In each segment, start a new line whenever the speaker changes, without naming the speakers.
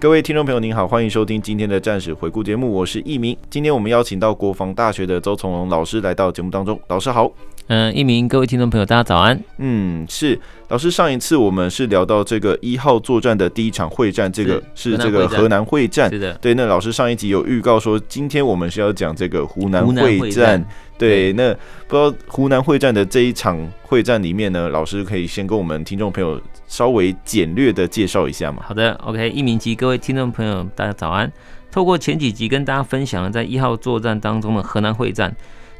各位听众朋友，您好，欢迎收听今天的战史回顾节目，我是易明。今天我们邀请到国防大学的周从龙老师来到节目当中，老师好。
嗯，一鸣，各位听众朋友，大家早安。
嗯，是老师，上一次我们是聊到这个一号作战的第一场会战，这个
是
是这个河
河
南会战。
是的，
对，那老师上一集有预告说，今天我们是要讲这个湖南
湖南
会
会
战
战。
对，那不知道湖南会战的这一场会战里面呢，老师可以先跟我们听众朋友稍微简略的介绍一下嘛？
好的，OK，一鸣及各位听众朋友，大家早安。透过前几集跟大家分享了在一号作战当中的河南会战，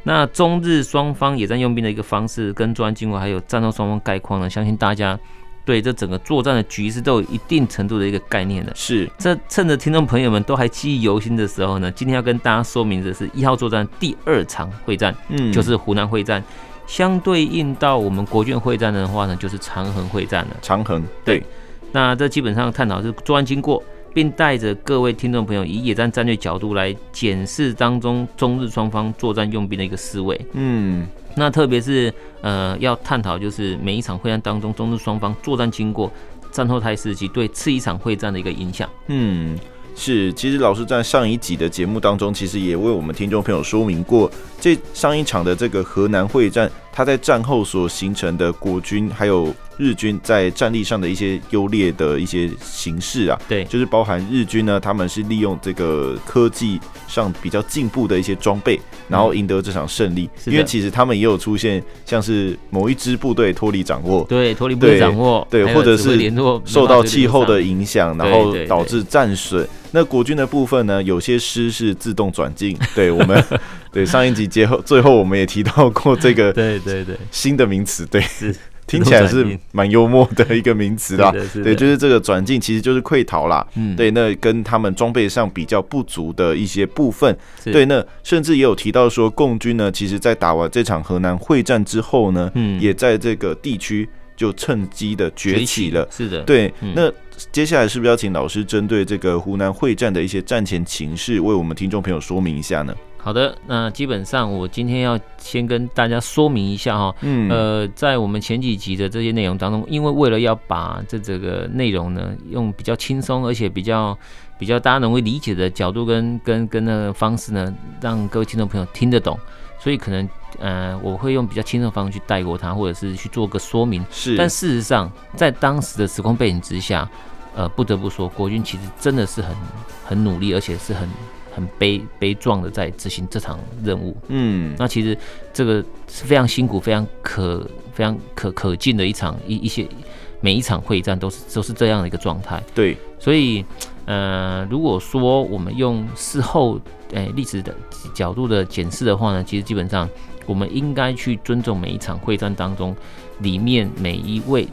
那中日双方野战用兵的一个方式跟作战经过，还有战斗双方概况呢，相信大家对这整个作战的局势都有一定程度的一个概念的。
是，
这趁着听众朋友们都还记忆犹新的时候呢，今天要跟大家说明的是一号作战第二场会战。
嗯，
就是湖南会战，相对应到我们国军会战的话呢，就是长衡会战了。
长衡，对，
那这基本上探讨是作战经过，并带着各位听众朋友以野战战略角度来检视当中中日双方作战用兵的一个思维。
嗯，
那特别是呃，要探讨就是每一场会战当中中日双方作战经过、战后态势及对次一场会战的一个影响。
嗯，是，其实老师在上一集的节目当中，其实也为我们听众朋友说明过，这上一场的这个河南会战，它在战后所形成的国军还有日军在战力上的一些优劣的一些形式啊，
对，
就是包含日军呢，他们是利用这个科技上比较进步的一些装备，然后赢得这场胜利。
是的
因为其实他们也有出现像是某一支部队脱离掌握，
对，脱离部队
对
掌握，
对
还有
或者是
指挥联络
受到气候的影响，
对
然后
对对
导致战损。那国军的部分呢，有些师是自动转进。对我 们，对上一集节后最后我们也提到过这个
对对对，
新的名词，对，
是
听起来是
自动转进
蛮幽默的一个名词啦
是。的是的
对，就是这个转进其实就是溃逃啦。
嗯，
对，那跟他们装备上比较不足的一些部分，
是
对，那甚至也有提到说，共军呢，其实在打完这场河南会战之后呢，
嗯
也在这个地区就趁机的崛起了。
是的，
对
嗯，
那接下来是不是要请老师针对这个湖南会战的一些战前情势，为我们听众朋友说明一下呢？
好的，那基本上我今天要先跟大家说明一下哈、
嗯，
呃，在我们前几集的这些内容当中，因为为了要把这这个内容呢，用比较轻松而且比较比较大家容易理解的角度跟跟跟那个方式呢，让各位听众朋友听得懂，所以可能呃，我会用比较轻松的方式去带过它，或者是去做个说明。
是，
但事实上，在当时的时空背景之下，呃，不得不说，国军其实真的是很很努力，而且是很很悲悲壮的在执行这场任务。
嗯，
那其实这个是非常辛苦、非常可、非常可可敬的一场一一些每一场会战都是都是这样的一个状态。
对，
所以，呃，如果说我们用事后诶历史的角度的检视的话呢，其实基本上我们应该去尊重每一场会战当中里面每一位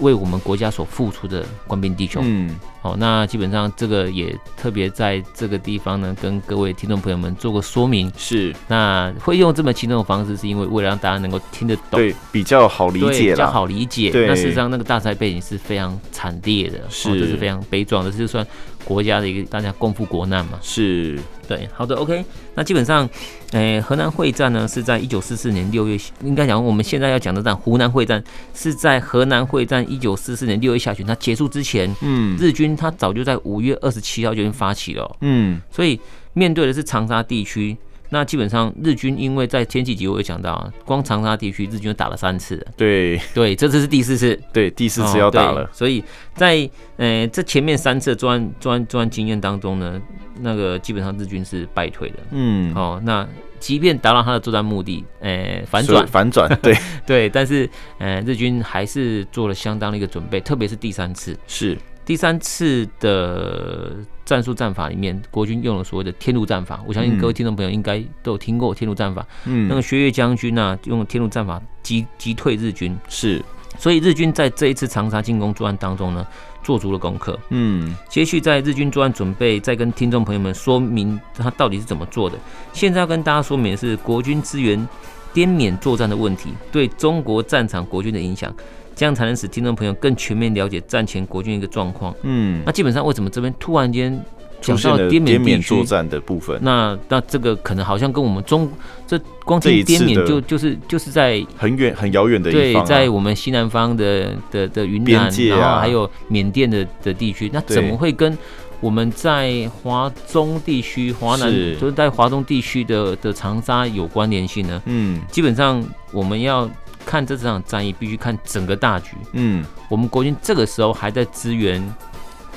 为我们国家所付出的官兵弟兄。
嗯，
好、那基本上这个也特别在这个地方呢，跟各位听众朋友们做个说明。
是
那会用这么轻松的方式，是因为为了让大家能够听得懂。
对，比较好理
对，
解
比较
啦。
好理解。
对
那事实上，那个大赛背景是非常惨烈的，
是
哦、这是非常悲壮的，这是算国家的一个大家共赴国难嘛。
是，
对，好的，OK。那基本上，诶、河南会战呢是在一九四四年六月，应该讲我们现在要讲的战湖南会战是在河南会战一九四四年六月下旬，它结束之前，
嗯
日军他早就在五月二十七号就已经发起了哦、
嗯，
所以面对的是长沙地区。那基本上日军因为在前几集我有讲到啊，光长沙地区日军就打了三次了，
对
对，这次是第四次，
对，第四次
哦
要打
对
了，
所以在呃这前面三次的作案作案作案经验当中呢，那个基本上日军是败退的。
嗯，
哦，那即便达到他的作战目的，呃，反
所以
转
反转， 对，
对，但是呃日军还是做了相当的一个准备，特别是第三次，
是，
第三次的战术战法里面，国军用了所谓的天路战法，我相信各位
嗯
听众朋友应该都有听过天路战法。那
嗯，
个薛岳将军呢、啊，用天路战法击击退日军，
是，
所以日军在这一次长沙进攻作战当中呢，做足了功课。
嗯，
接续在日军作案准备，再跟听众朋友们说明他到底是怎么做的。现在要跟大家说明的是国军支援滇缅作战的问题对中国战场国军的影响，这样才能使听众朋友更全面了解战前国军一个状况。
嗯，
那基本上为什么这边突然间
出
讲
现
到
了
滇缅地
作
区？
战的部分，
那那这个可能好像跟我们中这光
这一
听
次
滇缅
的
就就是就是在
很远很遥远的一
对
方、，啊，
在我们西南方的的的云
边
南，
界啊
然后还有缅甸的的地区，那
对
怎么会跟我们在华中地区、华南
是
就是在华中地区的的长沙有关联性呢？
嗯
基本上我们要看这场战役，必须看整个大局。
嗯，
我们国军这个时候还在支援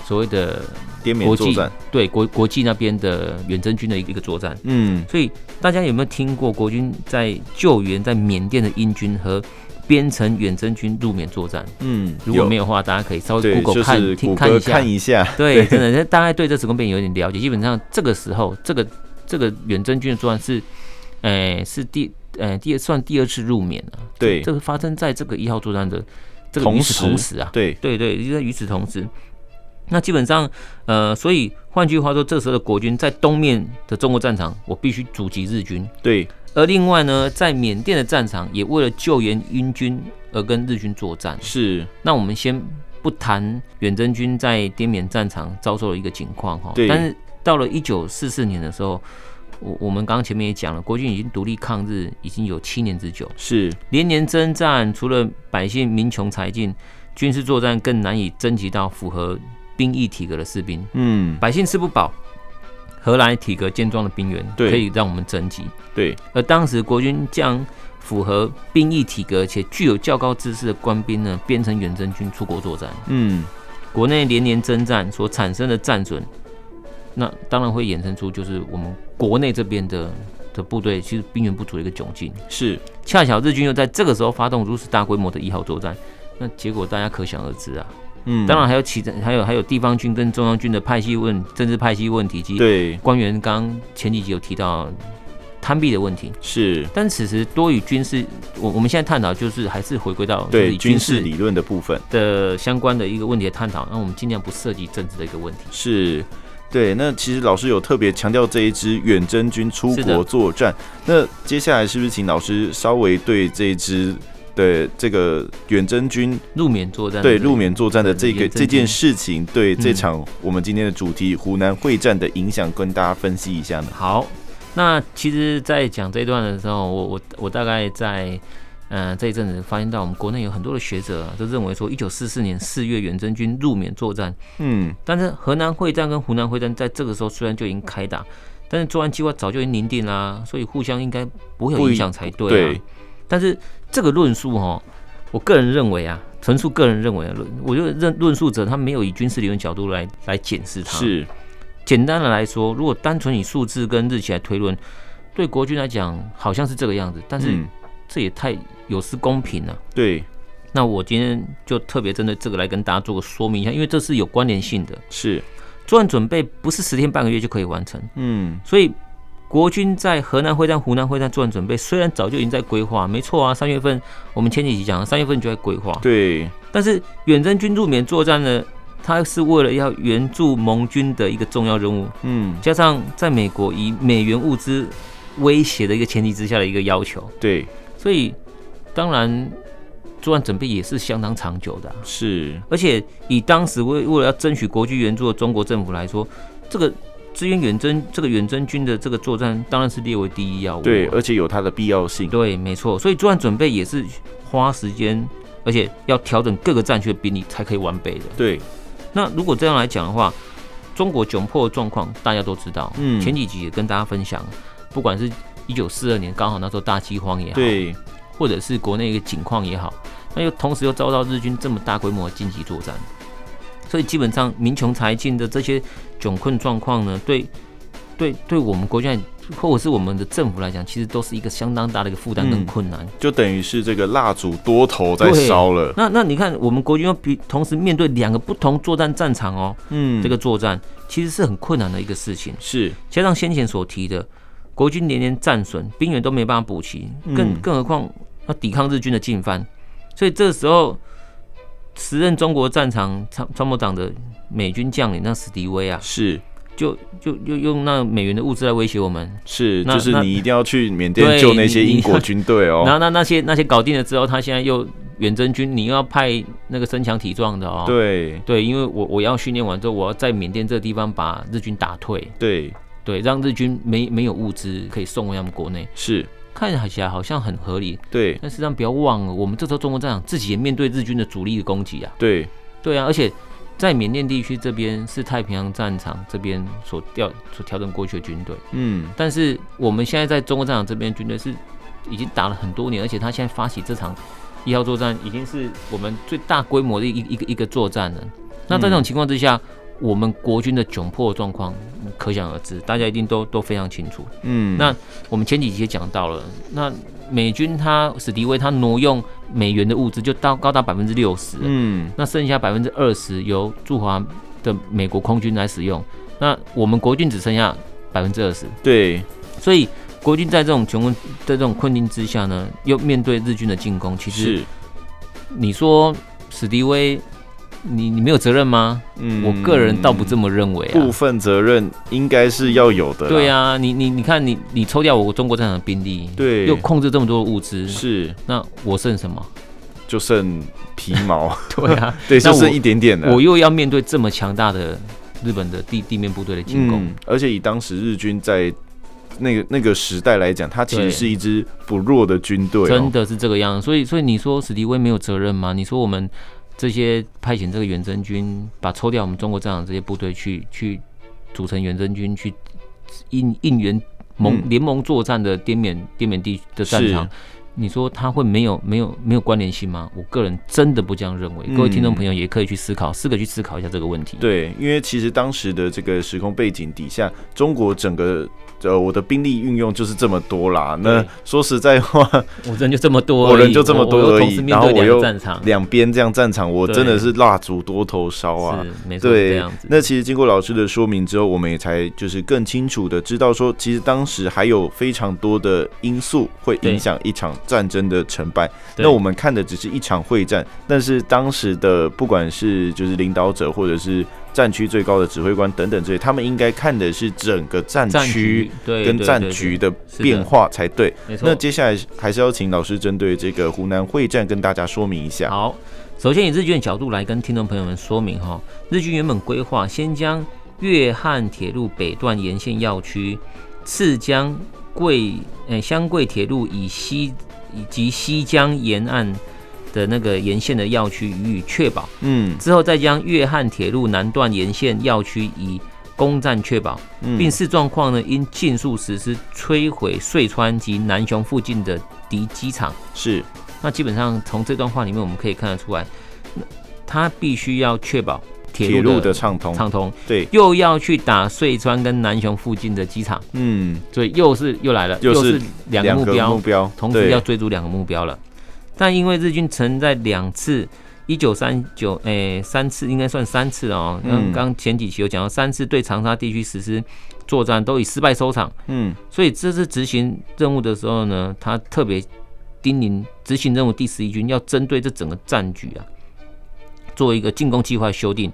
所谓的
滇缅
国
作
际
战，
对国国际那边的远征军的一个一个作战。
嗯
所以大家有没有听过国军在救援在缅甸的英军和边城远征军入缅作战？
嗯，
如果没
有
有的话，大家可以稍微
对，就
Google 看、
是
听
谷
看一
歌
下。
看一下，
对，真的，那大概对这整个边有点了解。基本上这个时候，这个这个远征军的作战是，诶、是第诶、第二算第二次入缅了、
对
这个发生在这个一号作战的这个
同
与此
时
同时啊，
对，
对对，就在与此同时，那基本上，呃，所以换句话说，这时候的国军在东面的中国战场，我必须阻击日军；
对，
而另外呢，在缅甸的战场，也为了救援英军而跟日军作战。
是，
那我们先不谈远征军在滇缅战场遭受的一个情况哈
对，
但是到了一九四四年的时候。我我们刚刚前面也讲了，国军已经独立抗日已经有七年之久，
是，
连年征战，除了百姓民穷财尽，军事作战更难以征集到符合兵役体格的士兵，
嗯，
百姓吃不饱，何来体格健壮的兵员
对
可以让我们征集？
对，
而当时国军将符合兵役体格且具有较高知识的官兵呢，编成远征军出国作战，
嗯，
国内连年征战所产生的战损，那当然会衍生出就是我们国内这边的的部队其实兵源不足的一个窘境。
是，
恰巧日军又在这个时候发动如此大规模的一号作战，那结果大家可想而知啊。
嗯，
当然还有其他，还有还有地方军跟中央军的派系问政治派系问题及
对，
官员刚前几集有提到贪弊的问题，
是，
但此时多与军事，我我们现在探讨就是还是回归到就是
对，
以
军
军
事
事
理论的部分。
的相关的一个问题的探讨，那我们尽量不涉及政治的一个问题。
是。对，那其实老师有特别强调这一支远征军出
是
国
的
作战。那接下来是不是请老师稍微对这一支的这个远征军
入缅作战，
对入缅作战的这个
远征
这
军
件事情，对这
嗯
场我们今天的主题湖南会战的影响，跟大家分析一下呢？
好，那其实，在讲这一段的时候，我我我大概在。嗯，这一阵子发现到我们国内有很多的学者、啊、都认为说，一九四四年四月远征军入缅作战，
嗯，
但是河南会战跟湖南会战在这个时候虽然就已经开打，但是作战计划早就已经拟定啦、所以互相应该不会有影响才对、啊。
对，
但是这个论述哈，我个人认为啊，纯属个人认为啊，论我觉得论论述者他没有以军事理论角度来来检视它。
是，啊
简单的来说，如果单纯以数字跟日期来推论，对国军来讲好像是这个样子，但是
嗯，
这也太有失公平了、
对，
那我今天就特别针对这个来跟大家做个说明一下，因为这是有关联性的。
是，
作战准备不是十天半个月就可以完成，
嗯，
所以国军在河南会战、湖南会战作战准备，虽然早就已经在规划，没错啊，三月份我们前几集讲了，三月份就在规划，
对，
但是远征军入缅作战呢，它是为了要援助盟军的一个重要任务，
嗯，
加上在美国以美元物资威胁的一个前提之下的一个要求，
对，
所以当然作战准备也是相当长久的啊、
是，
而且以当时为为了要争取国际援助的中国政府来说，这个支援远征这个远征军的这个作战当然是列为第一要务啊。
对，而且有它的必要性。
对，没错。所以作战准备也是花时间，而且要调整各个战区的兵力才可以完备的。
对，
那如果这样来讲的话，中国窘迫的状况大家都知道，
嗯
前几集也跟大家分享，不管是一九四二年刚好那时候大饥荒也好，
对，
或者是国内一个景况也好，那又同时又遭到日军这么大规模的近期作战，所以基本上民穷财尽的这些窘困状况呢，对对对我们国家或者是我们的政府来讲，其实都是一个相当大的一个负
嗯
担跟困难。
就等于是这个蜡烛多头在
对
烧了。
那那你看，我们国军又比同时面对两个不同作战战场哦，
嗯，
这个作战其实是很困难的一个事情。
是
加上先前所提的，国军连年战损，兵员都没办法补齐，更
嗯
更何况要抵抗日军的进犯，所以这时候，时任中国战场参参谋长的美军将领那史迪威啊，
是
就就就用那美元的物资来威胁我们。
是，
那
就是
那
你一定要去缅甸
对
救那些
你
英国军队
然
哦。
后那那些那些搞定了之后，他现在又远征军，你又要派那个身强体壮的哦。
对
对，因为我我要训练完之后，我要在缅甸这个地方把日军打退，
对
对，让日军没没有物资可以送回他们国内，
是，
看起来好像很合理，
对
但事实上不要忘了，我们这时候中国战场自己也面对日军的主力的攻击啊，
对
对啊，而且在缅甸地区这边是太平洋战场这边所调所调整过去的军队，
嗯
但是我们现在在中国战场这边的军队是已经打了很多年，而且他现在发起这场一号作战，已经是我们最大规模的一一个一个作战了。那在这种情况之下，我们国军的窘迫状况嗯可想而知，大家一定都都非常清楚。
嗯，
那我们前几集也讲到了，那美军他史迪威他挪用美元的物资就到高达百分之六十，
嗯
那剩下百分之二十由驻华的美国空军来使用，那我们国军只剩下百分之二十，
对
所以国军在这种穷困、在这种困境之下呢，又面对日军的进攻，其实
是，
你说史迪威，你你没有责任吗？
嗯
我个人倒不这么认为啊。
部分责任应该是要有的啦。
对啊，你你你看你你抽掉我中国战场的兵力，
对
又控制这么多的物资，
是
那我剩什么？
就剩皮毛，
对 啊，
对，啊就
那我
剩一点点嗯了。
我又要面对这么强大的日本的地地面部队的进攻，
嗯，而且以当时日军在那个那个时代来讲，它其实
对
是一支不弱的军队、哦，
真的是这个样子。所以所以你说史迪威没有责任吗？你说我们这些派遣这个远征军，把抽调我们中国战场这些部队去去组成远征军去应应援盟
嗯
联盟作战的滇缅滇缅地的战场
是。
你说他会没有没有没有关联性吗？我个人真的不这样认为。
嗯
各位听众朋友也可以去思考，试着去思考一下这个问题。
对，因为其实当时的这个时空背景底下，中国整个呃我的兵力运用就是这么多啦。那
对
说实在话，
我人就这么多而已，
我人就这么多
我我又
而已
同时面
然后
对
我
两
又
个战场，
两边这样战场，我
啊对
真的是蜡烛多头烧啊。
是没错，是这
对
样子，。
那其实经过老师的说明之后，我们也才就是更清楚的知道说，其实当时还有非常多的因素会影响一场战争的成败。
对
那我们看的只是一场会战，但是当时的不管是就是领导者或者是战区最高的指挥官等等这些，他们应该看的是整个战
战
区
局对
跟
对
战
对
局
对
的
是的
变化才对。
没错。
那接下来还是要请老师针对这个湖南会战跟大家说明一下。
好，首先以日军的角度来跟听众朋友们说明哈，日军原本规划先将粤汉铁路北段沿线要区、次江桂呃湘桂铁路以西以及西江沿岸的那个沿线的要区予以确保，
嗯
之后再将粤汉铁路南段沿线要区以攻占确保，并
嗯，
视状况呢，应尽速实施摧毁遂川及南雄附近的敌机场。
是
那基本上从这段话里面，我们可以看得出来，他必须要确保
铁
铁
路
路
的
的
畅通。
畅通，
对，
又要去打遂川跟南雄附近的机场，
嗯，
所以又是又来了，
又是
是两个目标，
目标，
同
对
时要追逐两个目标了。但因为日军曾在两次。一九三九，诶，三次应该算三次哦。
嗯
刚刚前几期有讲到，三次对长沙地区实施作战都以失败收场，
嗯
所以这次执行任务的时候呢，他特别叮咛执行任务第十一军要针对这整个战局啊，做一个进攻计划修订。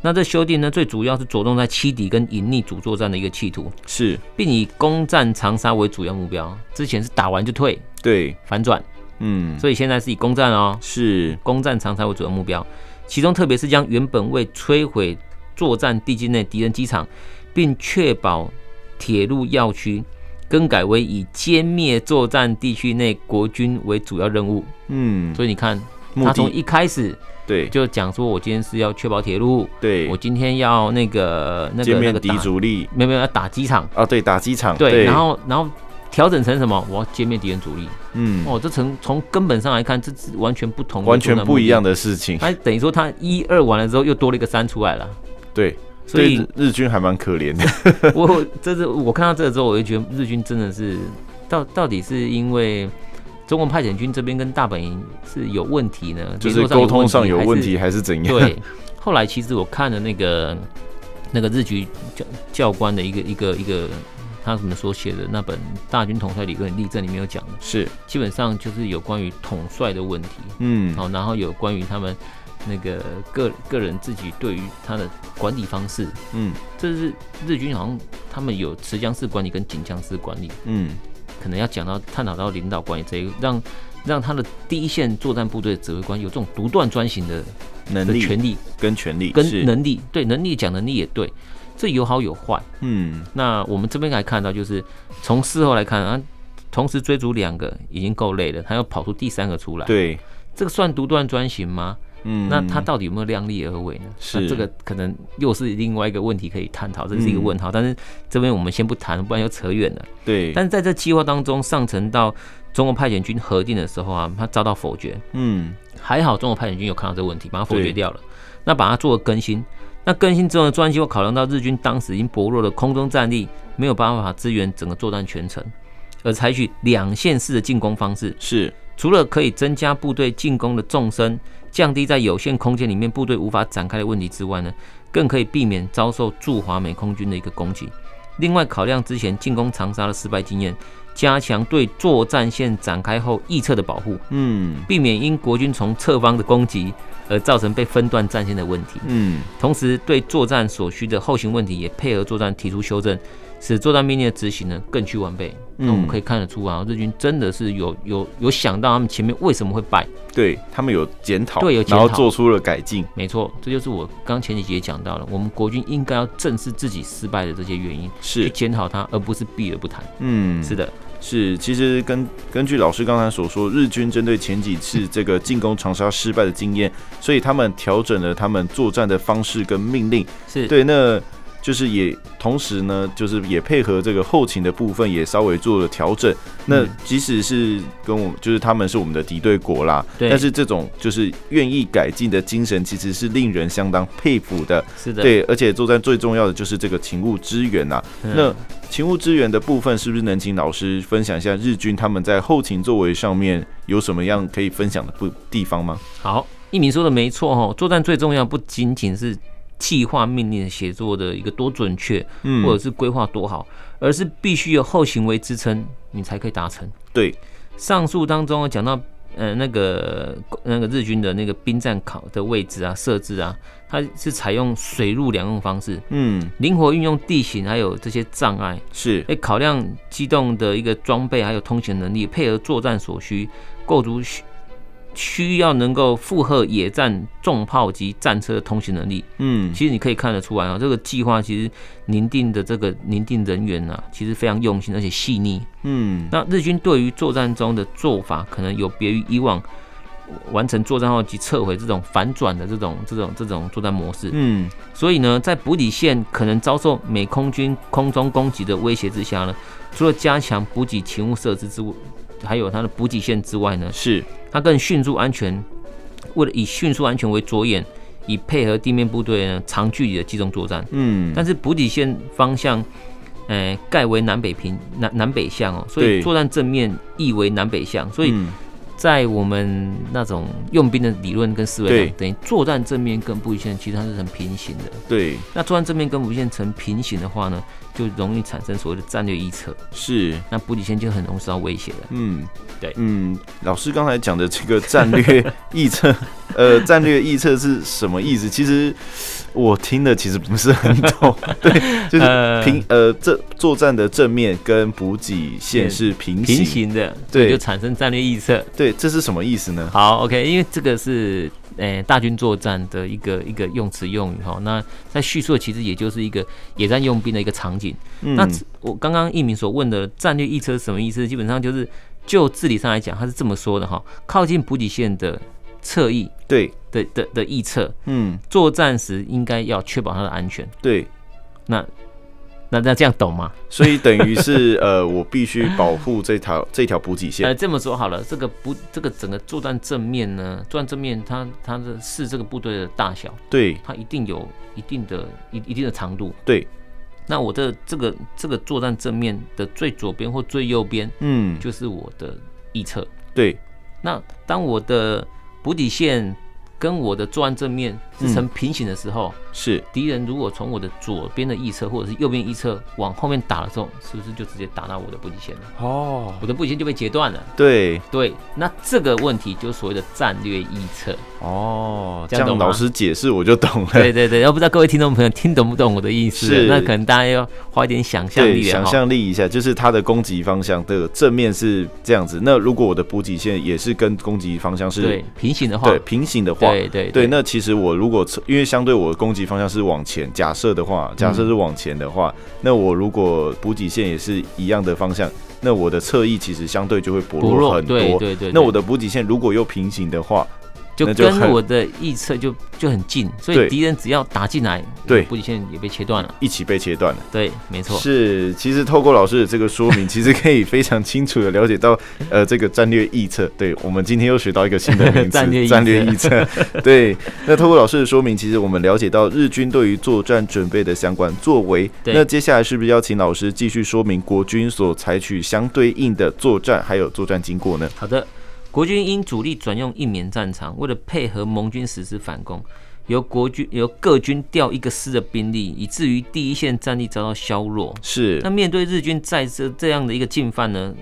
那这修订呢，最主要是着重在欺敌跟隐匿主作战的一个企图，
是
并以攻占长沙为主要目标。之前是打完就退
对，
反转，
嗯
所以现在是以攻占哦，
是
攻占长沙为主要目标。其中特别是将原本为摧毁作战地境内敌人机场，并确保铁路要区，更改为以歼灭作战地区内国军为主要任务。
嗯，
所以你看，
目
他从
的
一开始
对
就讲说，我今天是要确保铁路，
对
我，今天要那个那
歼
个那
灭
个
敌
打，
主力
没有没有要打机场，
啊，对，打机场，
对，然后然后。调整成什么？我要歼灭敌人主力。
嗯，
哦，这从从根本上来看，这是完全不同的
完
作
全
战
不
目
一
的
样的事情，
他等于说他一二完了之后又多了一个三出来了，
对，
所以
对日军还蛮可 怜的，
我我这是我看到这个之后，我就觉得嗯日军真的是到到底是因为中国派遣军这边跟大本营是有问题呢，
就是
联络
沟通上有
问
问
题
题还是怎
还
样？
是。 对，后来其实我看了那个那个日局教教官的一个一个一个。他们所写的那本《大军统帅理论例证》里面有讲的，
是，
基本上就是有关于统帅的问题，
嗯，
好，哦然后有关于他们那个个个人自己对于他的管理方式，
嗯
这是日军好像他们有持枪式管理跟紧枪式管理，
嗯，
可能要讲到探讨到领导管理这一让让他的第一线作战部队的指挥官有这种独断专行的
能
的
力
权利
跟权力
跟
是，
能力，对能力讲能力也对，这有好有坏。
嗯
那我们这边来看到，就是从事后来看啊，同时追逐两个已经够累了，他又跑出第三个出来，，
对，
这个算独断专行吗？
嗯，
那他到底有没有量力而为呢？
是
那这个可能又是另外一个问题可以探讨，这是一个问号。但是这边我们先不谈，不然又扯远了。
对，
但是在这计划当中，上层到中国派遣军核定的时候啊，他遭到否决。
嗯
还好中国派遣军有看到这个问题，把它否
对
决掉了。那把它做了更新。那更新之后呢，专机又考量到日军当时已经薄弱的空中战力，没有办法支援整个作战全程，而采取两线式的进攻方式。
是，
除了可以增加部队进攻的纵深，降低在有限空间里面部队无法展开的问题之外呢，更可以避免遭受驻华美空军的一个攻击。另外，考量之前进攻长沙的失败经验，加强对作战线展开后翼侧的保护，
嗯
避免因国军从侧方的攻击而造成被分段战线的问题。
嗯
同时，对作战所需的后勤问题也配合作战提出修正，使作战命令的执行呢更趋完备。那我
嗯
们可以看得出啊，日军真的是有有有想到他们前面为什么会败。
嗯对他们有检讨，
对有检
然后
讨
做出了改进，
没错，这就是我刚前几集也讲到了，我们国军应该要正视自己失败的这些原因，去
是，
检讨它，而不是避而不谈。
嗯，
是的，
是，其实根根据老师刚才所说，日军针对前几次这个进攻长沙失败的经验，所以他们调整了他们作战的方式跟命令。
是
对，那就是也同时呢，就是也配合这个后勤的部分也稍微做了调整。那
嗯
即使是跟我们，就是他们是我们的敌对国啦，
对
但是这种就是愿意改进的精神，其实是令人相当佩服的。
是的，
对，而且作战最重要的就是这个勤务支援呐、
嗯
那勤务支援的部分，是不是能请老师分享一下日军他们在后勤作为上面有什么样可以分享的不地方吗？
好，一鸣说的没错哦，作战最重要不仅仅是计划命令的写作的一个多准确，
嗯
或者是规划多好，而是必须有后行为支撑，你才可以达成。
对，
上述当中有讲到，呃，那个那个日军的那个兵站考的位置啊、设置啊，它是采用水陆两用方式，
嗯，
灵活运用地形还有这些障碍，
是，
哎，考量机动的一个装备还有通行能力，配合作战所需，构筑需需要能够负荷野战重炮及战车的通行能力。
嗯，
其实你可以看得出来啊、这个计划其实拟定的这个拟定人员啊，其实非常用心而且细腻。
嗯，
那日军对于作战中的做法，可能有别于以往完成作战后及撤回这种反转的这种这种这种作战模式。
嗯，
所以呢，在补给线可能遭受美空军空中攻击的威胁之下呢，除了加强补给勤务设置之外，还有它的补给线之外呢，
是，
它更迅速安全，为了以迅速安全为着眼，以配合地面部队呢长距离的机动作战。
嗯，
但是补给线方向，呃，盖为南北平南南北向哦，所
对
以作战正面亦为南北向，所以
嗯
在我们那种用兵的理论跟思维
对
上，等于作战正面跟补给线其实它是成平行的。
对，
那作战正面跟补给线成平行的话呢，就容易产生所谓的战略臆测，
是，
那补给线就很容易受到威胁了。
嗯，
对
嗯，老师刚才讲的这个战略 臆测，呃，战略臆测是什么意思？其实我听的其实不是很懂， 对，就是
呃
平呃，这作战的正面跟补给线
对
是平
平
行，
行的，
对
所以就产生战略臆测。
对，这是什么意思呢？
好，OK，因为这个是呃大军作战的一个一个用词用语哈。那在叙述的其实也就是一个野战用兵的一个场景。
嗯
那我刚刚一鸣所问的战略预测是什么意思？基本上就是就字理上来讲，他是这么说的哈：靠近补给线的侧翼
对，
的的的翼侧，
嗯，
作战时应该要确保它的安全。
对，
那那那这样懂吗？
所以等于是呃，我必须保护这条这条补给
呃，
线。
这么说好了，这个不这个整个作战正面呢，作战正面它它的是这个部队的大小。
对，
它一定有一定的一一定的长度。
对，
那我的这个这个作战正面的最左边或最右边
嗯，
就是我的翼侧。
对，
那当我的补给线跟我的作案正面是成平行的时候，
是
敌人如果从我的左边的翼侧或者是右边翼侧往后面打的时候，是不是就直接打到我的补给线了？
哦，
我的补给线就被截断了。
对
对，那这个问题就是所谓的战略臆测。
哦，这
这样
样
懂吗
老师解释我就懂了。
对对对，要不知道各位听众朋友听懂不懂我的意思
是
了？那可能大家要花一点想象
对，
力了
想
哈。
象力一下，就是它的攻击方向的正面是这样子。那如果我的补给线也是跟攻击方向是
对平行的话，
对平行的话，
对对
对，那其实我如果侧因为相对我的攻击方向是往前，假设的话，
嗯
假设是往前的话，那我如果补给线也是一样的方向，那我的侧翼其实相对就会薄
薄
弱
弱
很多。
对对对，
那我
的
的补给线如果又平行的话，
就
那就很
跟我的预测就就很近，所
对
以敌人只要打进来，我
对
的补给线也被切断了。
一起被切断了。
对，没错。
是，其实透过老师的这个说明，其实可以非常清楚的了解到，呃，这个战略臆测。对我们今天又学到一个新的名词，
战略臆测
战略臆测。对，那透过老师的说明，其实我们了解到日军对于作战准备的相关作为。
对
那接下来是不是要请老师继续说明国军所采取相对应的作战，还有作战经过呢？
好的，国军因主力转用印缅战场，为了配合盟军实施反攻，由国军由各军调一个师的兵力，以至于第一线战力遭到削弱。
是
那，面对日军在这这样的一个进犯呢，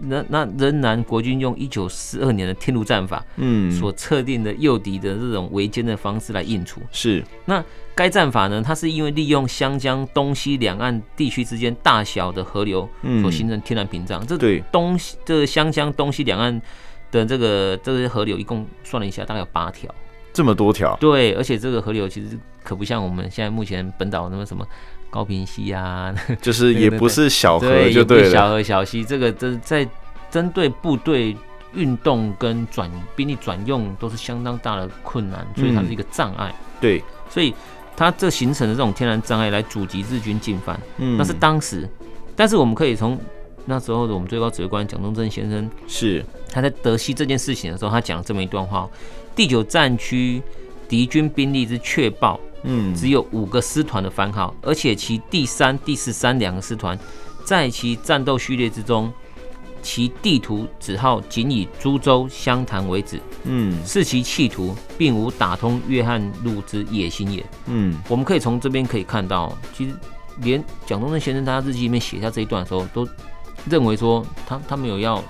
那那仍然国军用一九四二年的天路战法
嗯，
所测定的诱敌的这种围歼的方式来应处。
是
那该战法呢，它是因为利用湘江东西两岸地区之间大小的河流
嗯
所形成天然屏障。这
对
东西这湘江东西两岸的这个这些河流，一共算了一下，大概有八条。
这么多 条，
对，而且这个河流其实可不像我们现在目前本岛那么什么高平溪啊，
就是也不是小哦河
对，
就
也不是
了。
小河小溪，这个这在针对部队运动跟转兵力转用都是相当大的困难，所以它
嗯
是一个障碍。
对，
所以它这形成的这种天然障碍来阻击日军进犯，
嗯，
那是当时。但是我们可以从那时候的我们最高指挥官蒋中正先生，
是
他在得悉这件事情的时候，他讲了这么一段话哦：第九战区敌军兵力之确报
嗯
只有五个师团的番号，而且其第三、第十三两个师团在其战斗序列之中。其地图只号仅以株洲、湘潭为止，
嗯
是其企图，并无打通约翰路之野心也。
嗯
我们可以从这边可以看到，其实连蒋中正先生他日记里面写下这一段的时候，都认为说他他没有要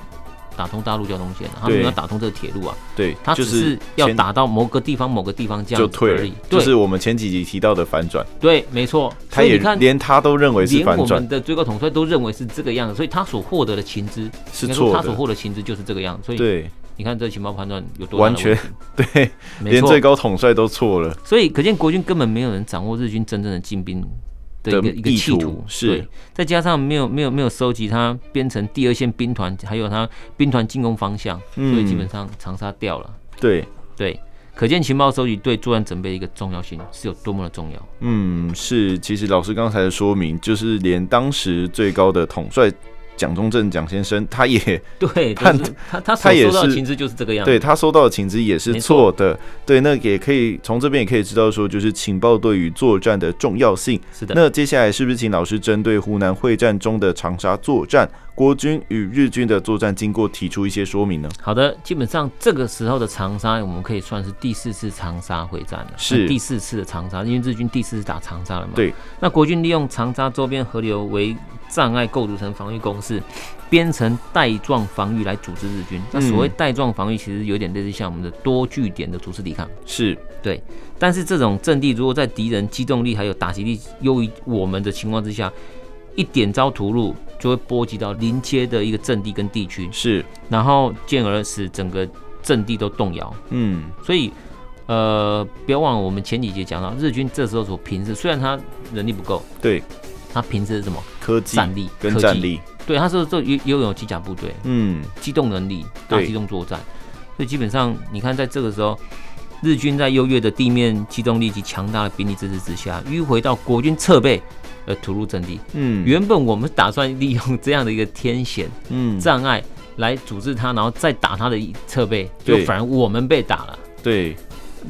打通大陆交通线啊，他没有要打通这个铁路啊，
对，
他
就
只是要
前
打到某个地方某个地方这
就
样
退
子而
了
已。，
就
对
是我们前几集提到的反转，
对，没错。
他
所以
也
你看，
连他都认为是
连
反
我
转
们的最高统帅都认为是这个样子，所以他所获得的情资
是
应该说
错
他所
的，
获得情资就是这个样子。所以
对
你看这情报判断有多大
完
的
全
问题
对，
没
连
错
最。高统帅都错了，
所以可见国军根本没有人掌握日军真正的进兵的一
的
个一个
意
企
图
图，
是
对再加上没有没有没有收集他编成第二线兵团，还有他兵团进攻方向，所以基本
嗯，
上长沙掉了。
对，
对，可见情报收集对作战准备的一个重要性是有多么的重要。
嗯，是，其实老师刚才的说明，就是连当时最高的统帅蒋中正蒋先生，他也
对，
他
就是他他
他
所
也
收到的
是
情资就是这个样子。
对他收到的情资也是
没
错
错
的，对，那也可以从这边也可以知道说，就是情报对于作战的重要性。
是的。
那接下来是不是请老师针对湖南会战中的长沙作战，国军与日军的作战经过提出一些说明呢？
好的，基本上这个时候的长沙，我们可以算是第四次长沙会战了。
是
那第四次的长沙，因为日军第四次打长沙了嘛。
对。
那国军利用长沙周边河流为障碍，构筑成防御工事，编成带状防御来组织日军。那所谓
嗯
带状防御，其实有点类似像我们的多据点的组织抵抗。
是，
但是这种阵地，如果在敌人机动力还有打击力优于我们的情况之下，一点遭屠戮，就会波及到临街的一个阵地跟地区，
是，
然后进而使整个阵地都动摇。
嗯，
所以，呃，不要忘了我们前几节讲到，日军这时候所凭借，虽然他人力不够，
对，
他凭借是什么？
科技
战力、
跟
科技
战。力，
对，他是这拥拥有机甲部队、
嗯，
机动能力、大
对
机动作战，所以基本上你看，在这个时候。日军在优越的地面机动力及强大的兵力支持之下，迂回到国军侧背，而突入阵地。
嗯，
原本我们打算利用这样的一个天险
嗯，
障碍来阻止他，然后再打他的一侧背，就
对
反而我们被打了，
对，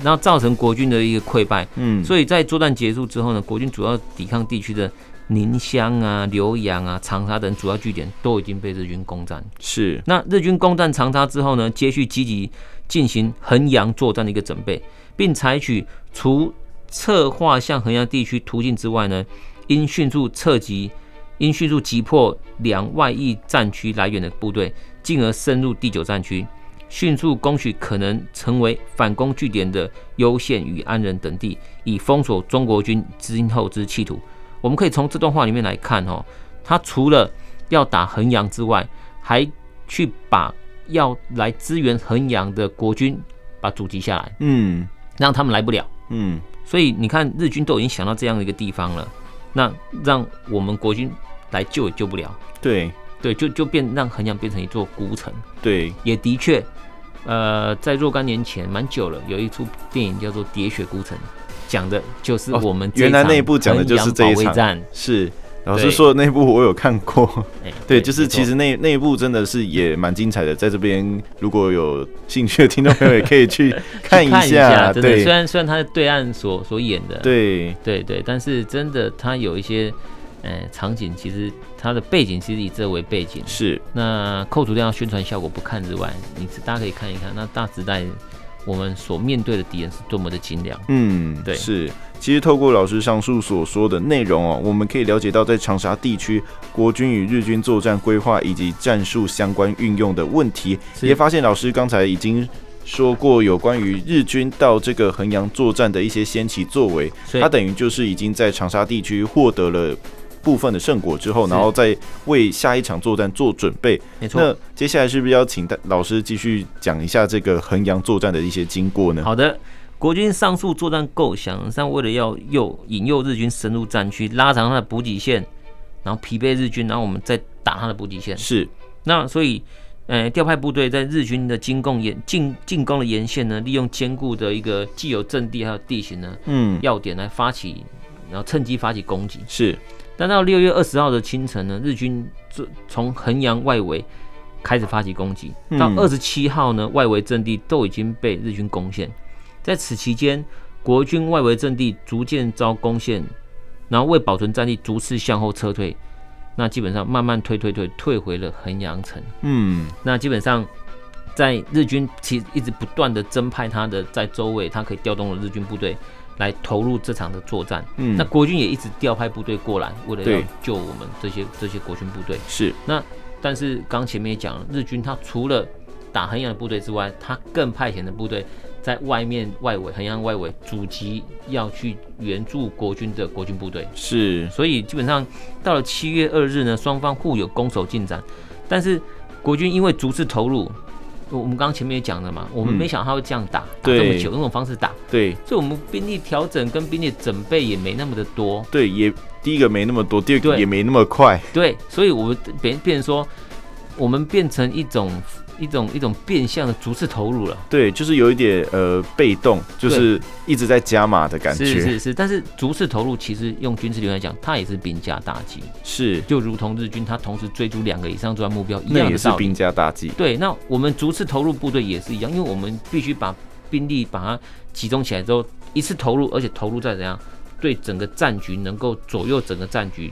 然后造成国军的一个溃败。
嗯，
所以在作战结束之后呢，国军主要抵抗地区的宁乡啊、浏阳啊、长沙等主要据点都已经被日军攻占。
是
那日军攻占长沙之后呢，接续积极进行衡阳作战的一个准备，并采取除策划向衡阳地区突进之外呢，应迅速撤及，应迅速击破两外役战区来源的部队，进而深入第九战区，迅速攻取可能成为反攻据点的攸县与安仁等地，以封锁中国军今后之企图。我们可以从这段话里面来看哦，他除了要打衡阳之外，还去把要来支援衡阳的国军把阻击下来，
嗯
让他们来不了。
嗯
所以你看，日军都已经想到这样的一个地方了，那让我们国军来救也救不了，
对
对，就就变让衡阳变成一座孤城。
对
也的确，呃，在若干年前，蛮久了，有一出电影叫做《喋血孤城》，讲的就是
哦
我们这
原来
场
那一部讲的就是这一
衡阳保卫
场
战。
是。老师
对
说的那部我有看 过，
哎
对，就是其
没错
实那那一部真的是也蛮精彩的，在这边如果有兴趣的听众朋友也可以去 看
去
一
看
下，
真的，虽
对
然虽然他在对岸所所演的，
对
对对，但是真的他有一些，呃，场景其实它的背景其实以这为背景，
是，
那扣除掉宣传效果不看之外，你大家可以看一看，那大时代我们所面对的敌人是多么的精良。
嗯，
对
是。其实透过老师上述所说的内容哦，我们可以了解到在长沙地区国军与日军作战规划以及战术相关运用的问题，
是
也发现老师刚才已经。说过有关于日军到这个衡阳作战的一些先期作为，
所以
他等于就是已经在长沙地区获得了部分的胜果之后，
是
然后再为下一场作战做准备。
没错，
那接下来是不是要请大老师继续讲一下这个衡阳作战的一些经过呢？
好的，国军上述作战构想，但为了要诱引诱日军深入战区，拉长他的补给线，然后疲惫日军，然后我们再打他的补给线。
是
那所以，呃，调派部队在日军的进攻沿进进攻的沿线呢，利用坚固的一个既有阵地还有地形呢
嗯，
要点来发起，然后趁机发起攻击。
是
但到六月二十号的清晨呢，日军自从衡阳外围开始发起攻击，
嗯
到二十七号呢，外围阵地都已经被日军攻陷。在此期间，国军外围阵地逐渐遭攻陷，然后为保存战力，逐次向后撤退。那基本上慢慢退退退，退回了衡阳城。
嗯。
那基本上，在日军其实一直不断的增派他的在周围，他可以调动的日军部队来投入这场的作战。
嗯
那国军也一直调派部队过来，为了要
对
救我们这些这些国军部队。
是
但是刚前面也讲了，日军他除了打衡阳的部队之外，他更派遣的部队在外面外围衡阳外围阻击，要去援助国军的国军部队。
是，
所以基本上到了七月二日呢，双方互有攻守进展，但是国军因为逐次投入。我我们刚刚前面也讲了嘛，我
嗯
们没想到他会这样打，打
对
这么久，用这种方式打，
对
所以我们兵力调整跟兵力准备也没那么的多，
对，也第一个没那么多，第二个
对
也没那么快，
对，所以我们变变成说，我们变成一种一种一种变相的逐次投入了，
对，就是有一点呃被动，就是一直在加码的感觉，
是是是，但是逐次投入其实用军事理论来讲，它也是兵家大忌，
是
就如同日军他同时追逐两个以上作战目标一
那
样
也
的
是
道
兵
理。
家大忌，
对，那我们逐次投入部队也是一样，因为我们必须把兵力把它集中起来之后，一次投入，而且投入在怎样对整个战局能够左右整个战局，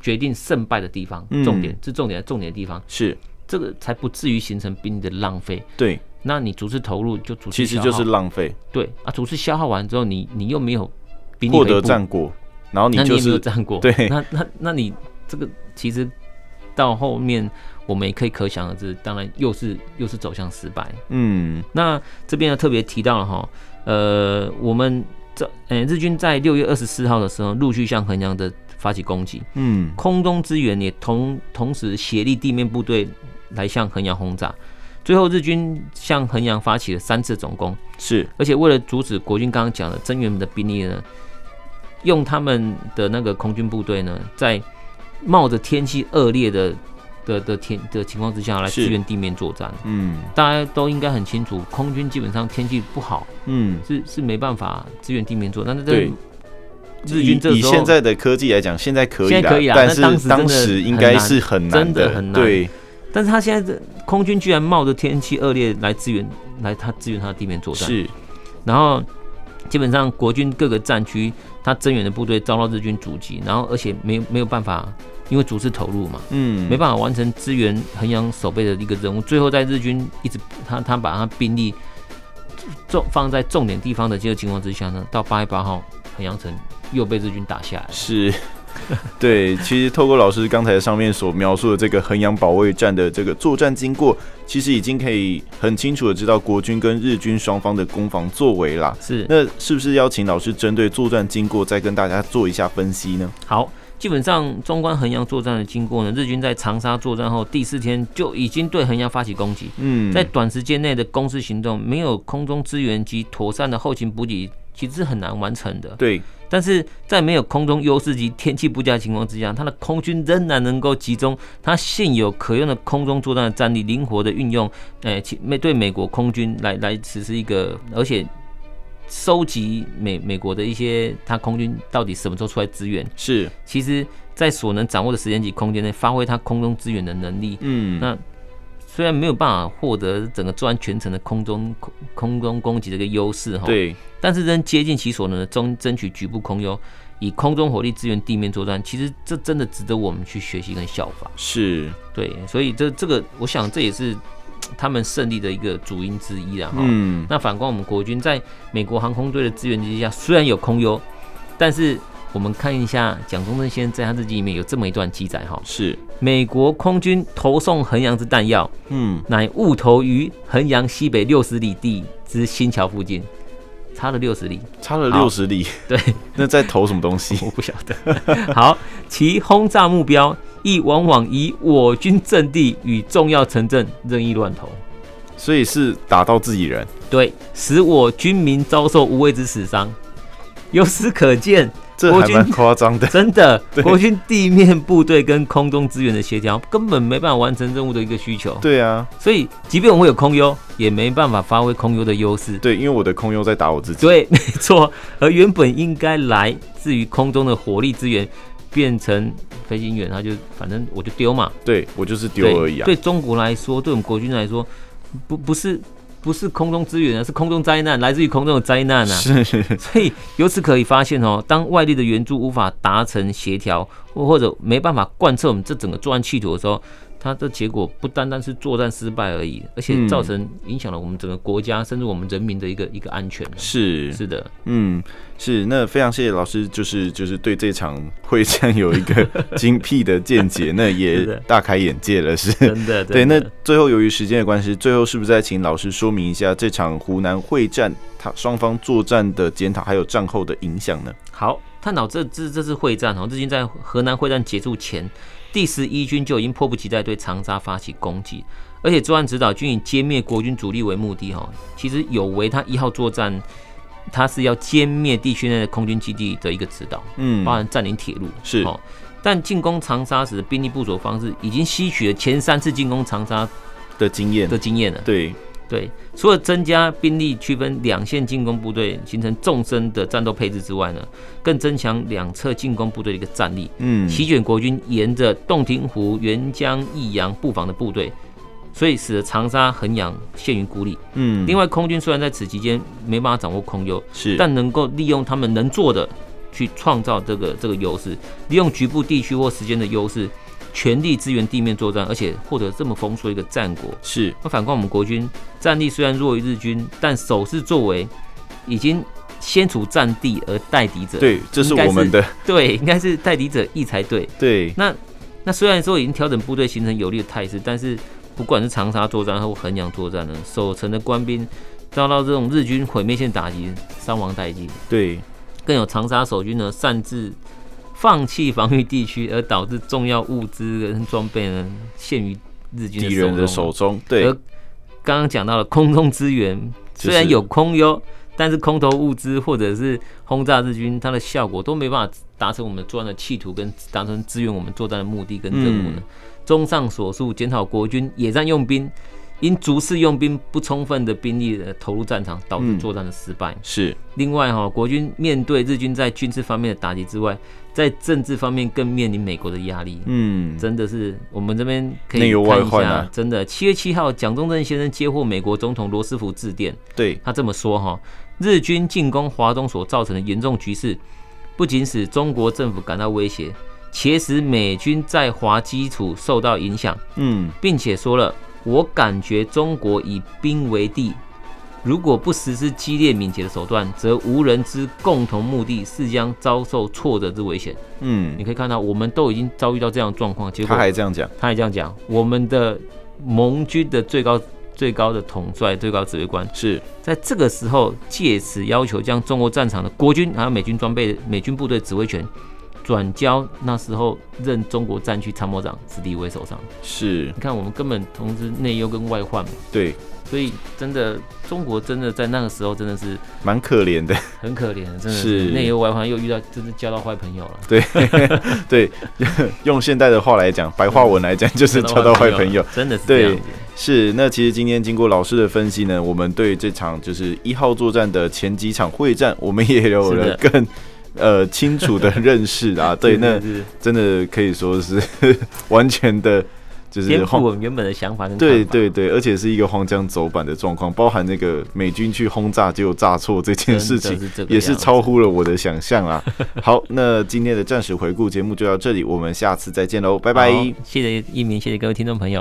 决定胜败的地方，
嗯
重点、是重点重点的地方。
是
这个才不至于形成兵力的浪费。
对，
那你逐次投入就逐次
其实就是浪费，
对啊，逐次消耗完之后，你你又没有兵力
获
回
得
补
战果，然后你
那你
就
也没有
是
战 果，
对
那那那你这个其实到后面我们也可以可想而知，当然又是又是走向失败。
嗯
那这边呢特别提到了哈，呃，我们这呃日军在六月二十四号的时候陆续向衡阳的发起攻击，
嗯
空中支援也同同时协力地面部队来向衡阳轰炸。最后，日军向衡阳发起了三次总攻，
是
而且为了阻止国军刚刚讲的增援的兵力呢，用他们的那个空军部队呢，在冒着天气恶劣的的的天的情况之下来
是
支援地面作战。
嗯
大家都应该很清楚，空军基本上天气不好
嗯，
是是没办法支援地面作战。但是
对
日军这
以以
时候
现在的科技来讲，现在可以
现在可以啦
但
那
是
当时真的
时应
很
该
难
是很难
真的很难
对，
但是他现在这空军居然冒着天气恶劣来支援，来他支援他的地面作战，
是
然后基本上国军各个战区，他增援的部队遭到日军阻击，然后而且没有没有办法，因为组织投入嘛，
嗯，
没办法完成支援衡阳守备的一个任务。最后在日军一直他他把他兵力重放在重点地方的这个情况之下呢，到八月八号衡阳城又被日军打下来。
是，对，其实透过老师刚才上面所描述的这个衡阳保卫战的这个作战经过，其实已经可以很清楚的知道国军跟日军双方的攻防作为啦。
是
那是不是邀请老师针对作战经过再跟大家做一下分析呢？
好，基本上纵观衡阳作战的经过呢，日军在长沙作战后第四天就已经对衡阳发起攻击，
嗯，
在短时间内的攻势行动，没有空中支援及妥善的后勤补给，其实是很难完成的。
对，
但是在没有空中优势及天气不佳的情况之下，它的空军仍然能够集中它现有可用的空中作战的战力，灵活的运用，呃，其美对美国空军来来实施一个，而且收集美美国的一些它空军到底什么时候出来支援，
是，
其实在所能掌握的时间及空间内，发挥它空中支援的能力，
嗯，
那虽然没有办法获得整个作案全程的空中空空中攻击的一个优势哈，，
对，
但是仍竭尽其所能的争争取局部空优，以空中火力支援地面作战，其实这真的值得我们去学习跟效法。
是，
对，所以这这个我想这也是嘖他们胜利的一个主因之一啦哈。
嗯，
那反观我们国军在美国航空队的支援之下，虽然有空优，但是我们看一下蒋中正先生在他日记里面有这么一段记载哈：
是，
美国空军投送衡阳之弹药。
嗯，
乃误投于衡阳西北六十里地之新桥附近，差了六十里，
差了
好
六十里，
对，
那在投什么东 西？
我不晓得。 好，其轰炸目标亦往往以我军阵地与重要城镇任意乱投，
所以是打到自己人，
对，使我军民遭受无谓之死伤。由此可见，
这
国
还
军
蛮夸张 的。
真的国军地面部队跟空中资源的协调根本没办法完成任务的一个需求，
对啊，
所以即便我们有空优，也没办法发挥空优的优势。
对，因为我的空优在打我自己。
对，没错。而原本应该来自于空中的火力资源，变成飞行员，他就反正我就丢嘛，
对我就是
对
丢而已啊。
对中国来说，对我们国军来说，不不是不是空中资源啊，是空中灾难，来自于空中的灾 难啊。
是，
所以由此可以发现哦，当外力的援助无法达成协调，或或者没办法贯彻我们这整个作案企图的时候，它的结果不单单是作战失败而已，而
嗯
且造成影响了我们整个国家，甚至我们人民的一个一个安全。啊
是，
是 的，
嗯，是。那非常谢谢老师，就是就是对这场会战有一个 精辟的见解，那也
是的
大开眼界了，是。
真的，
对，
真
那
的
最后由于时间的关系，最后是不是再请老师说明一下这场湖南会战，它双方作战的检讨，还有战后的影响呢？
好，探讨这这这次会战哦，日军在河南会战结束前，第十一军就已经迫不及待对长沙发起攻击，而且作案指导军以歼灭国军主力为目的哈，其实有违他一号作战，他是要歼灭地区内的空军基地的一个指导，
嗯
包，含占领铁路
是
哦。但进攻长沙时的兵力部署方式已经吸取了前三次进攻长沙
的经验
的，经验了。
对，
对，除了增加兵力区分两线进攻部队，形成纵深的战斗配置之外呢，更增强两侧进攻部队的一个战力，
嗯，
席卷国军沿着洞庭湖、沅江、益阳布防的部队，所以使得长沙、衡阳陷于孤立。
嗯，
另
外
外，空军虽然在此期间没办法掌握空优，
是，
但能够利用他们能做的去创造这个这个优势，利用局部地区或时间的优势，全力支援地面作战，而且获得这么丰硕一个战果。
是，
那反观我们国军战力虽然弱于日军，但守势作为已经先处战地而待敌者。
对，这是
应该
我们
是
的，
对应该是待敌者易才对。
对，
那那虽然说已经调整部队形成有利的态势，但是不管是长沙作战或衡阳作战呢，守城的官兵遭到这种日军毁灭性打击，伤亡殆尽，
对，
更有长沙守军呢擅自。放弃防御地区，而导致重要物资跟装备呢陷于日军
敌
的手
人
中
的
啊。
手中，对
而，刚刚讲到了空中资源，
就是
虽然有空优，但是空投物资或者是轰炸日军，它的效果都没办法达成我们作战的企图，跟达成支援我们作战的目的跟任务呢。
嗯
综上所述，检讨国军野战用兵因逐次用兵不充分的兵力的投入战场，导致
嗯
作战的失败。
是，
另外哈、国军面对日军在军事方面的打击之外，在政治方面更面临美国的压力。
嗯，
真的是我们这边可
内
以
忧
看
外
一
患
下，
啊
真的，七月七号，蒋中正先生接获美国总统罗斯福致电，
对，
他这么说哈：日军进攻华东所造成的严重局势，不仅使中国政府感到威胁，且使美军在华基础受到影响，
嗯，
并且说了，我感觉中国以兵为地，如果不实施激烈敏捷的手段，则无人之共同目的是将遭受挫折之危险。
嗯
你，可以看到，我们都已经遭遇到这样的状况，结果
他还这样讲，
他也这样讲，我们的盟军的最高最高的统帅、最高指挥官，
是
在这个时候借此要求将中国战场的国军还有美军装备、美军部队指挥权转交那时候任中国战区参谋长史迪威手上。
是，
你看，我们根本同时内忧跟外患嘛，
对，
所以真的中国真的在那个时候真的是
蛮可怜的，
很可怜，真的
是
是内忧外患，又遇到真的交到坏朋友了。
对，对，用现代的话来讲，白话文来讲就是交到坏朋友。，
真的是这样子。
是，那其实今天经过老师的分析呢，我们对这场就是一号作战的前几场会战，我们也有了
是
更呃清楚的认识啊。对，那
是是是
真的可以说是 完全的，就是
颠覆
荒。
我们原本的想法跟看法
对对对，而且是一个荒腔走板的状况，包含那个美军去轰炸结果炸错这件事情
真，的是这个
也是
样子
超乎了我的想象啦。好，那今天的战史回顾节目就到这里，我们下次再见喽，拜拜。
好谢谢一鸣，谢谢各位听众朋友。